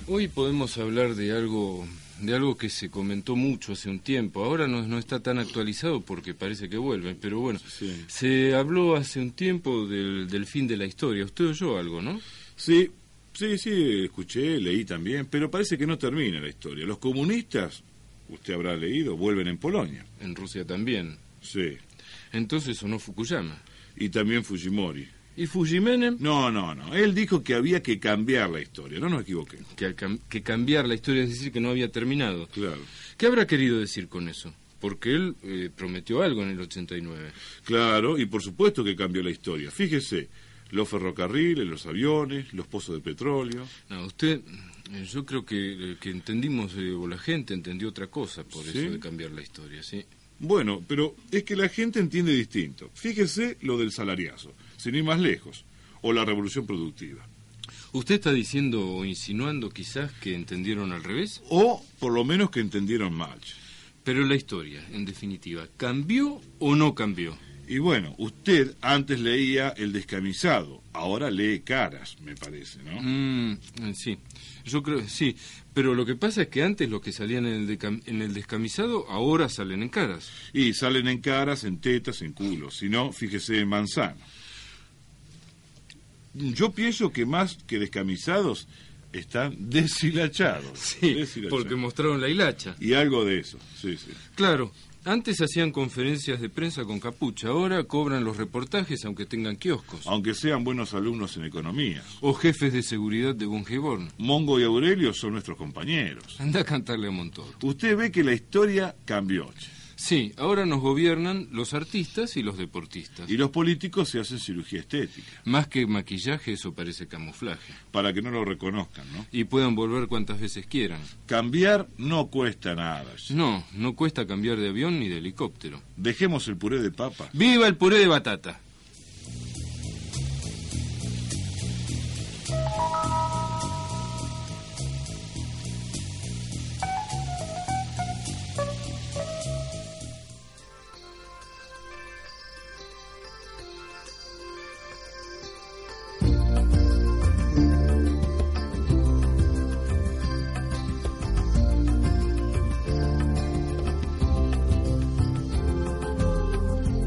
S2: hoy podemos hablar de algo de algo que se comentó mucho hace un tiempo. Ahora no, no está tan actualizado porque parece que vuelve, pero bueno.
S1: Sí.
S2: Se habló hace un tiempo del, del fin de la historia. Usted oyó algo, ¿no?
S1: Sí, sí, sí, escuché, leí también, pero parece que no termina la historia. Los comunistas, usted habrá leído, vuelven en Polonia.
S2: En Rusia también.
S1: Sí.
S2: Entonces sonó Fukuyama.
S1: Y también Fujimori.
S2: Y Fujimenem,
S1: No, no, no. Él dijo que había que cambiar la historia. No nos equivoquemos.
S2: que, al cam- que cambiar la historia es decir que no había terminado.
S1: Claro.
S2: ¿Qué habrá querido decir con eso? Porque él eh, prometió algo en el 89.
S1: Claro, y por supuesto que cambió la historia. Fíjese, los ferrocarriles, los aviones, los pozos de petróleo.
S2: No, usted, eh, yo creo que, eh, que entendimos, eh, o la gente entendió otra cosa por
S1: ¿Sí?
S2: eso de cambiar la historia, ¿sí?
S1: Bueno, pero es que la gente entiende distinto. Fíjese lo del salariazo, sin ir más lejos, o la revolución productiva.
S2: ¿Usted está diciendo o insinuando quizás que entendieron al revés?
S1: O por lo menos que entendieron mal.
S2: Pero la historia, en definitiva, ¿cambió o no cambió?
S1: Y bueno, usted antes leía El descamisado, ahora lee Caras, me parece, ¿no?
S2: Mm, eh, sí, yo creo, sí. Pero lo que pasa es que antes los que salían en el, decam- en el descamisado ahora salen en caras.
S1: Y salen en caras, en tetas, en culos. Si no, fíjese en manzano. Yo pienso que más que descamisados, están deshilachados.
S2: Sí,
S1: deshilachados.
S2: porque mostraron la hilacha.
S1: Y algo de eso, sí, sí.
S2: Claro, antes hacían conferencias de prensa con capucha, ahora cobran los reportajes aunque tengan kioscos.
S1: Aunque sean buenos alumnos en economía.
S2: O jefes de seguridad de Bungeborn.
S1: Mongo y Aurelio son nuestros compañeros.
S2: Anda a cantarle a Montoro.
S1: Usted ve que la historia cambió. che.
S2: Sí, ahora nos gobiernan los artistas y los deportistas.
S1: Y los políticos se hacen cirugía estética,
S2: Más que maquillaje, eso parece camuflaje.
S1: para que no lo reconozcan, ¿no?
S2: Y puedan volver cuantas veces quieran.
S1: Cambiar no cuesta nada. che.
S2: No, no cuesta cambiar de avión ni de helicóptero.
S1: Dejemos el puré de papa.
S2: ¡Viva el puré de batata!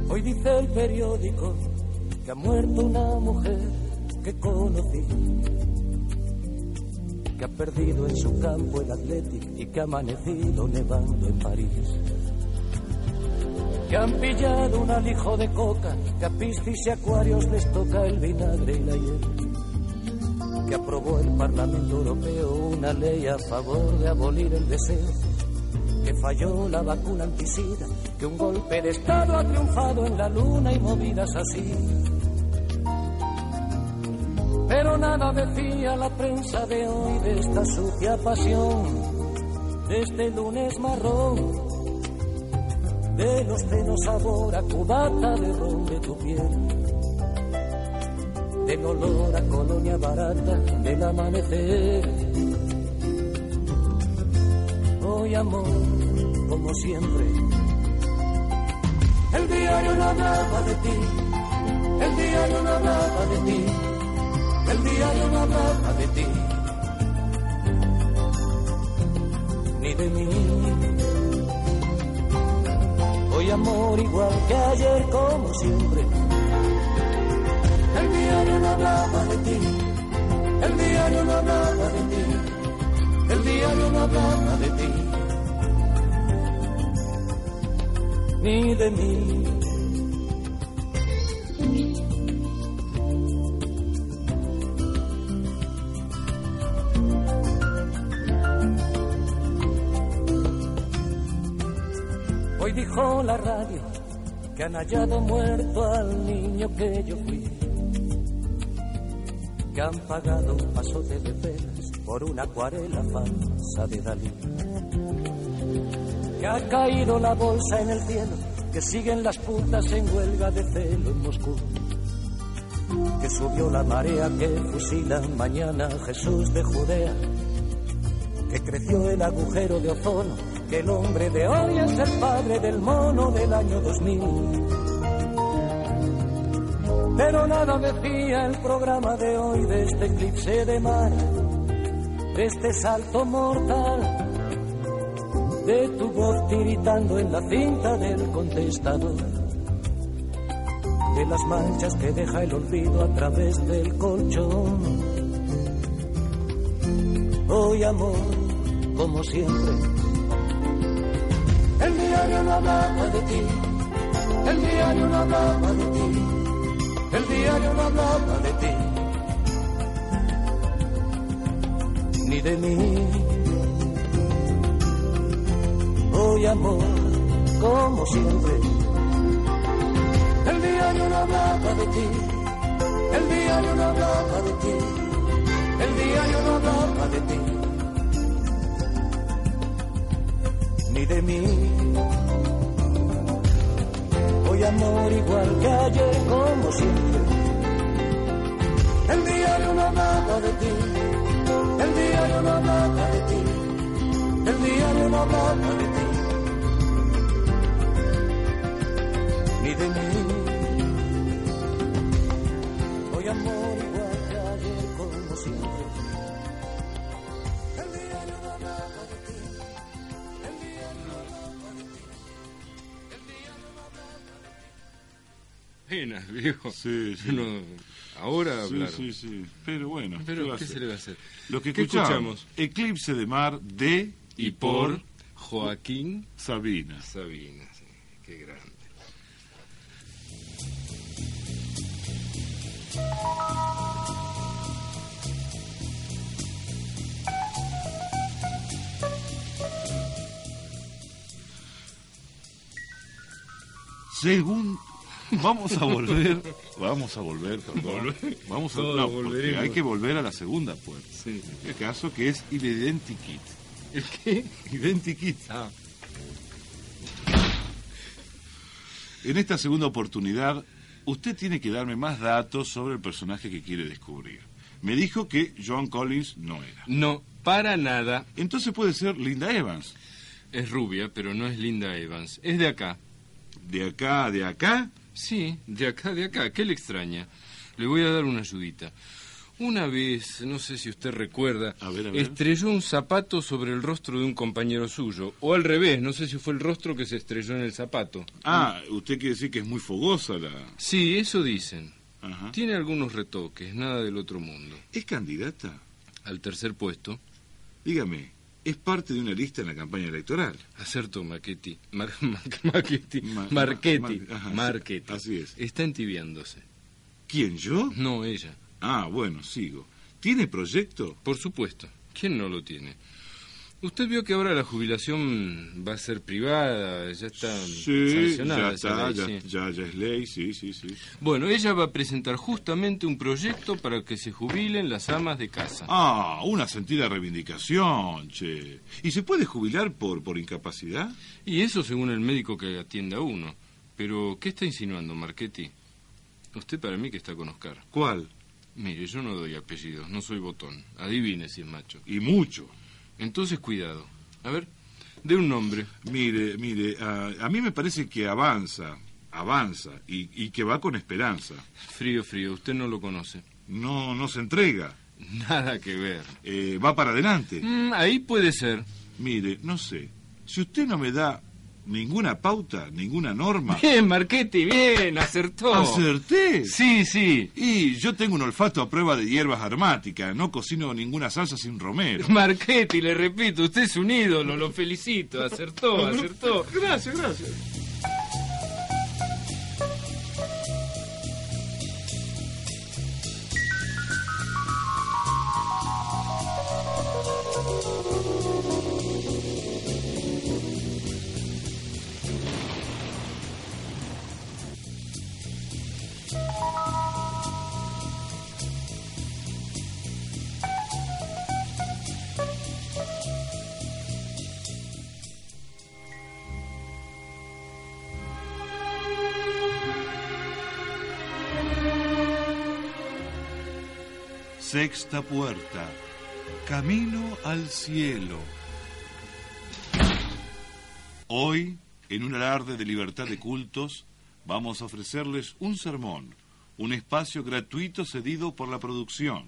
S6: Hoy dice el periódico que ha muerto una mujer que conocí, que ha perdido en su campo el Athletic y que ha amanecido nevando en París. Que han pillado un alijo de coca, que a piscis y acuarios les toca el vinagre y la hiel. Que aprobó el Parlamento Europeo una ley a favor de abolir el deseo que falló la vacuna anticida, que un golpe de Estado ha triunfado en la luna y movidas así. Pero nada decía la prensa de hoy de esta sucia pasión, de este lunes marrón, de los cenos sabor a cubata de ron de tu piel, del olor a colonia barata del amanecer. Hoy amor, como siempre. El diario no hablaba de ti, el diario no hablaba de ti, el diario no hablaba de ti, ni de mí. Hoy amor igual que ayer, como siempre. El diario no hablaba de ti, el diario no hablaba de ti. El diario no hablaba de ti, ni de mí. Hoy dijo la radio que han hallado muerto al niño que yo fui que han pagado un pasote de penas por una acuarela falsa de Dalí. Que ha caído la bolsa en el cielo, que siguen las putas en huelga de celo en Moscú. Que subió la marea que fusila mañana a Jesús de Judea. Que creció el agujero de ozono, que el hombre de hoy es el padre del mono del año 2000. Pero nada decía el programa de hoy de este eclipse de mar, de este salto mortal, de tu voz tiritando en la cinta del contestador, de las manchas que deja el olvido a través del colchón. Hoy amor, como siempre. El diario no hablaba de ti, el diario no hablaba de ti. El diario no hablaba de ti, ni de mí. Hoy amor, como siempre. El diario no hablaba de ti, el diario no hablaba de ti, el diario no hablaba de ti, ni de mí. Hoy amor igual que ayer, como siempre. El diario no hablaba de ti, el diario no hablaba de ti, el diario no hablaba de ti. Ni de mí. Hoy amor igual que ayer, como siempre. El diario no hablaba de ti, el diario no hablaba de ti, el diario no hablaba de ti.
S2: apenas, viejo.
S1: Sí, sí.
S2: No, ahora
S1: Sí,
S2: hablaron.
S1: sí, sí. Pero bueno,
S2: Ah, Pero,
S1: va a
S2: ¿qué
S1: hacer?
S2: se le va a hacer?
S1: Lo que
S2: ¿Qué
S1: escuchamos,
S2: escuchamos?
S1: Eclipse de Mar de
S2: Y por Joaquín
S1: Sabina.
S2: Sabina, sí, qué grande.
S1: Según vamos a volver, vamos a volver, perdón. Vamos a
S2: Todos
S1: no, porque
S2: volveremos.
S1: hay que volver a la segunda puerta.
S2: Sí.
S1: El caso que es el Identikit.
S2: ¿El qué?
S1: Identikit.
S2: Ah,
S1: En esta segunda oportunidad, usted tiene que darme más datos sobre el personaje que quiere descubrir. Me dijo que John Collins no era.
S2: no, para nada.
S1: Entonces puede ser Linda Evans.
S2: Es rubia, pero no es Linda Evans. Es de acá.
S1: De acá, de acá.
S2: Sí, de acá, de acá. ¿Qué le extraña? Le voy a dar una ayudita. Una vez, no sé si usted recuerda,
S1: A ver, a ver.
S2: estrelló un zapato sobre el rostro de un compañero suyo. O al revés, no sé si fue el rostro que se estrelló en el zapato.
S1: Ah, usted quiere decir que es muy fogosa la.
S2: Sí, eso dicen.
S1: Ajá.
S2: Tiene algunos retoques, nada del otro mundo.
S1: ¿Es candidata?
S2: Al tercer puesto,
S1: Dígame, ¿es parte de una lista en la campaña electoral?
S2: acertó Maquetti. Mar- Mar- Marchetti.
S1: Ma-
S2: Marchetti.
S1: Mar- ajá,
S2: Marchetti.
S1: así es.
S2: Está entibiándose.
S1: ¿Quién, yo?
S2: No, ella.
S1: Ah, bueno, sigo. ¿Tiene proyecto?
S2: Por supuesto. ¿Quién no lo tiene? Usted vio que ahora la jubilación va a ser privada, ya está sancionada.
S1: ya
S2: esa
S1: está,
S2: Mm, ley,
S1: ya,
S2: sí.
S1: ya, ya es ley, sí, sí, sí.
S2: Bueno, ella va a presentar justamente un proyecto para que se jubilen las amas de casa.
S1: Ah, una sentida reivindicación, che. ¿Y se puede jubilar por, por incapacidad?
S2: Y eso según el médico que atienda a uno. Pero, ¿qué está insinuando, Marchetti? Usted para mí que está con Oscar.
S1: ¿Cuál?
S2: Mire, yo no doy apellidos, no soy botón. Adivine si es macho.
S1: Y mucho.
S2: Entonces, cuidado. A ver, de un nombre.
S1: Mire, mire, ah, a, mí me parece que avanza, avanza, y, y que va con esperanza.
S2: Frío, frío, usted no lo conoce.
S1: No, no se entrega,
S2: Nada que ver.
S1: eh, va para adelante.
S2: Mm, ahí puede ser.
S1: Mire, no sé, si usted no me da ninguna pauta, ninguna norma,
S2: Bien, Marchetti, bien, acertó.
S1: acerté.
S2: Sí, sí.
S1: Y yo tengo un olfato a prueba de hierbas aromáticas, no cocino ninguna salsa sin romero.
S2: Marchetti, le repito, usted es un ídolo, lo felicito, acertó, acertó.
S1: Gracias, gracias. Sexta puerta. Camino al cielo. Hoy, en un alarde de libertad de cultos, vamos a ofrecerles un sermón, un espacio gratuito cedido por la producción.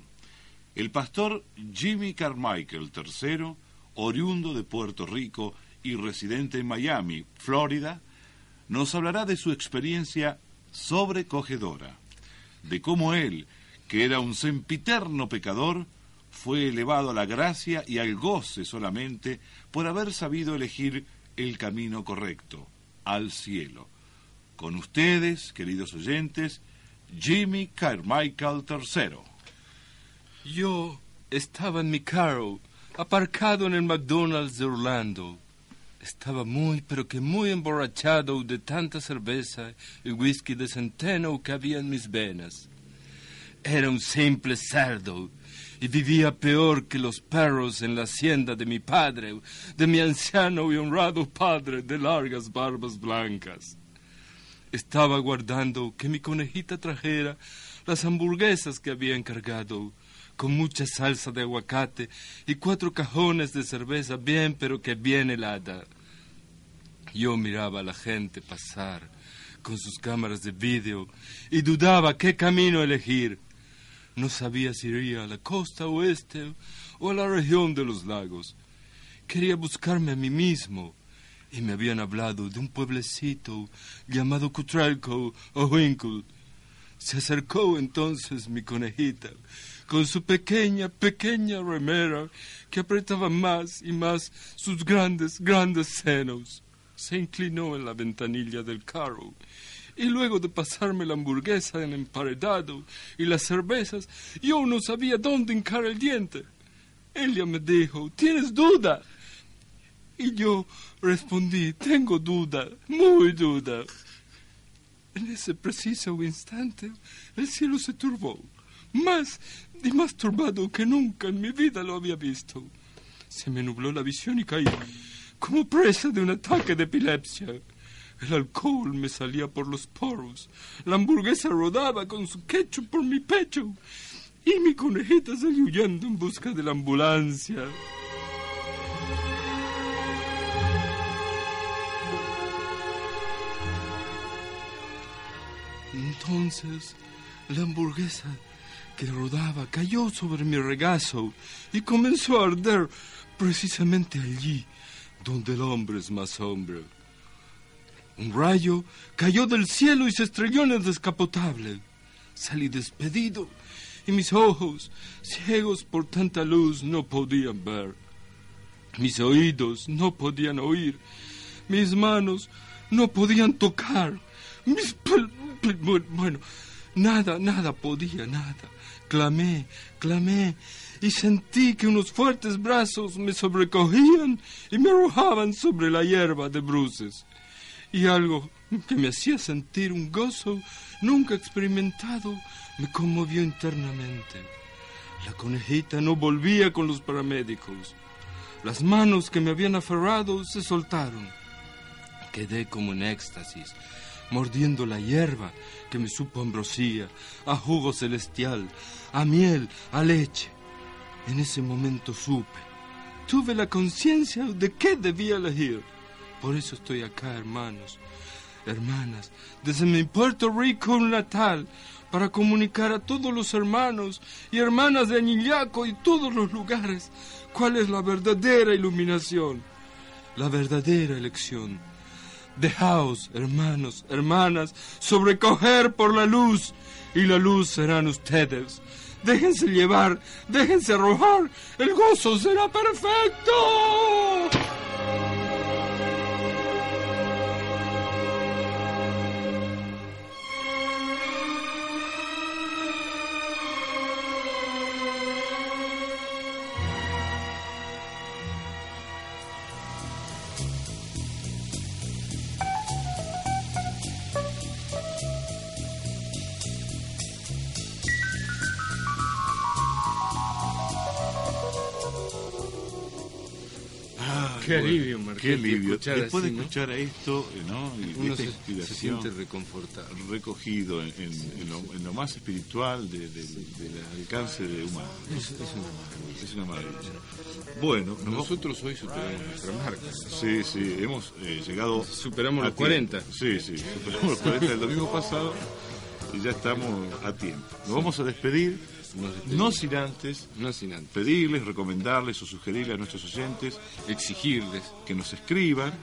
S1: El pastor Jimmy Carmichael III, oriundo de Puerto Rico y residente en Miami, Florida, nos hablará de su experiencia sobrecogedora de cómo él, que era un sempiterno pecador, fue elevado a la gracia y al goce solamente por haber sabido elegir el camino correcto, al cielo. Con ustedes, queridos oyentes, Jimmy Carmichael III.
S2: Yo estaba en mi carro, aparcado en el McDonald's de Orlando. Estaba muy, pero que muy emborrachado de tanta cerveza y whisky de centeno que había en mis venas. Era un simple cerdo y vivía peor que los perros en la hacienda de mi padre, de mi anciano y honrado padre de largas barbas blancas. Estaba guardando que mi conejita trajera las hamburguesas que había encargado, con mucha salsa de aguacate y cuatro cajones de cerveza bien pero que bien helada. Yo miraba a la gente pasar con sus cámaras de vídeo y dudaba qué camino elegir. No sabía si iría a la costa oeste o a la región de los lagos. Quería buscarme a mí mismo y me habían hablado de un pueblecito llamado Cutralco o Winkle Se acercó entonces mi conejita con su pequeña, pequeña remera que apretaba más y más sus grandes, grandes senos. Se inclinó en la ventanilla del carro y luego de pasarme la hamburguesa en emparedado y las cervezas, yo no sabía dónde hincar el diente. Ella me dijo, ¿tienes duda? Y yo respondí, tengo duda, muy duda. En ese preciso instante, el cielo se turbó, más y más turbado que nunca en mi vida lo había visto. Se me nubló la visión y caí como presa de un ataque de epilepsia. El alcohol me salía por los poros, la hamburguesa rodaba con su ketchup por mi pecho y mi conejita salió huyendo en busca de la ambulancia. Entonces, la hamburguesa que rodaba cayó sobre mi regazo y comenzó a arder precisamente allí, donde el hombre es más hombre. Un rayo cayó del cielo y se estrelló en el descapotable. Salí despedido y mis ojos, ciegos por tanta luz, no podían ver. Mis oídos no podían oír. Mis manos no podían tocar. Mis... pel- pel- bueno, Bueno, nada, nada podía, nada. Clamé, clamé y sentí que unos fuertes brazos me sobrecogían y me arrojaban sobre la hierba de bruces y algo que me hacía sentir un gozo nunca experimentado me conmovió internamente. La conejita no volvía con los paramédicos. Las manos que me habían aferrado se soltaron. Quedé como en éxtasis, mordiendo la hierba que me supo a ambrosía, a jugo celestial, a miel, a leche. En ese momento supe, tuve la conciencia de qué debía elegir. Por eso estoy acá, hermanos, hermanas, desde mi Puerto Rico natal, para comunicar a todos los hermanos y hermanas de Añillaco y todos los lugares cuál es la verdadera iluminación, la verdadera elección. Dejaos, hermanos, hermanas, sobrecoger por la luz y la luz serán ustedes. Déjense llevar, déjense arrojar, el gozo será perfecto. Ah, Qué alivio, Martín.
S1: Qué alivio.
S2: escuchar
S1: Después
S2: así,
S1: de
S2: ¿no?
S1: escuchar a esto, eh, ¿no? Y
S2: Uno
S1: esta
S2: se, se
S1: inspiración
S2: siente reconfortado.
S1: recogido en, en- en lo, en lo más espiritual de- de- de- del alcance de humano.
S2: Es, es una maravilla.
S1: Es una maravilla. Bueno, nos vamos-
S2: Nosotros hoy superamos nuestra marca.
S1: Sí, sí, hemos eh, llegado.
S2: Superamos
S1: a
S2: los
S1: tiempo.
S2: 40.
S1: Sí, sí, superamos los 40 del domingo pasado y ya estamos a tiempo. Nos vamos a despedir,
S2: Nos despedimos.
S1: no sin antes
S2: No sin antes
S1: pedirles, recomendarles o sugerirles a nuestros oyentes
S2: exigirles
S1: que nos escriban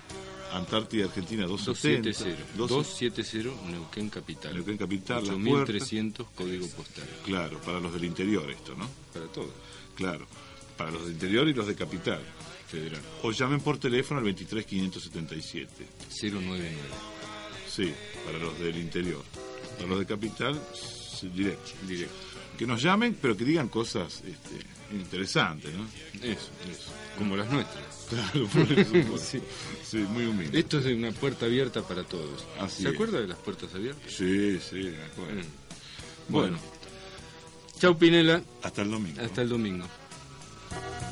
S1: a Antártida Argentina 270
S2: 270
S1: 270,
S2: 270 Neuquén Capital.
S1: Neuquén Capital, La
S2: 8300 código postal.
S1: Claro, para los del interior esto, ¿no?
S2: Para todos.
S1: Claro, para los del interior y los de capital.
S2: Federal.
S1: O llamen por teléfono al 23 577.
S2: 099.
S1: Sí, para los del interior. Para los de capital, s- directo.
S2: Directo.
S1: Que nos llamen, pero que digan cosas este, interesantes, ¿no?
S2: Eso, eso. Como las nuestras.
S1: Claro, por eso. sí.
S2: Sí. ¿Eh?
S1: muy humilde.
S2: Esto es de una puerta abierta para todos.
S1: Así
S2: ¿Se
S1: es.
S2: acuerda de las puertas abiertas?
S1: Sí, sí, de acuerdo.
S2: Mm.
S1: Bueno,
S2: Chau Pinela.
S1: hasta el domingo.
S2: Hasta el domingo.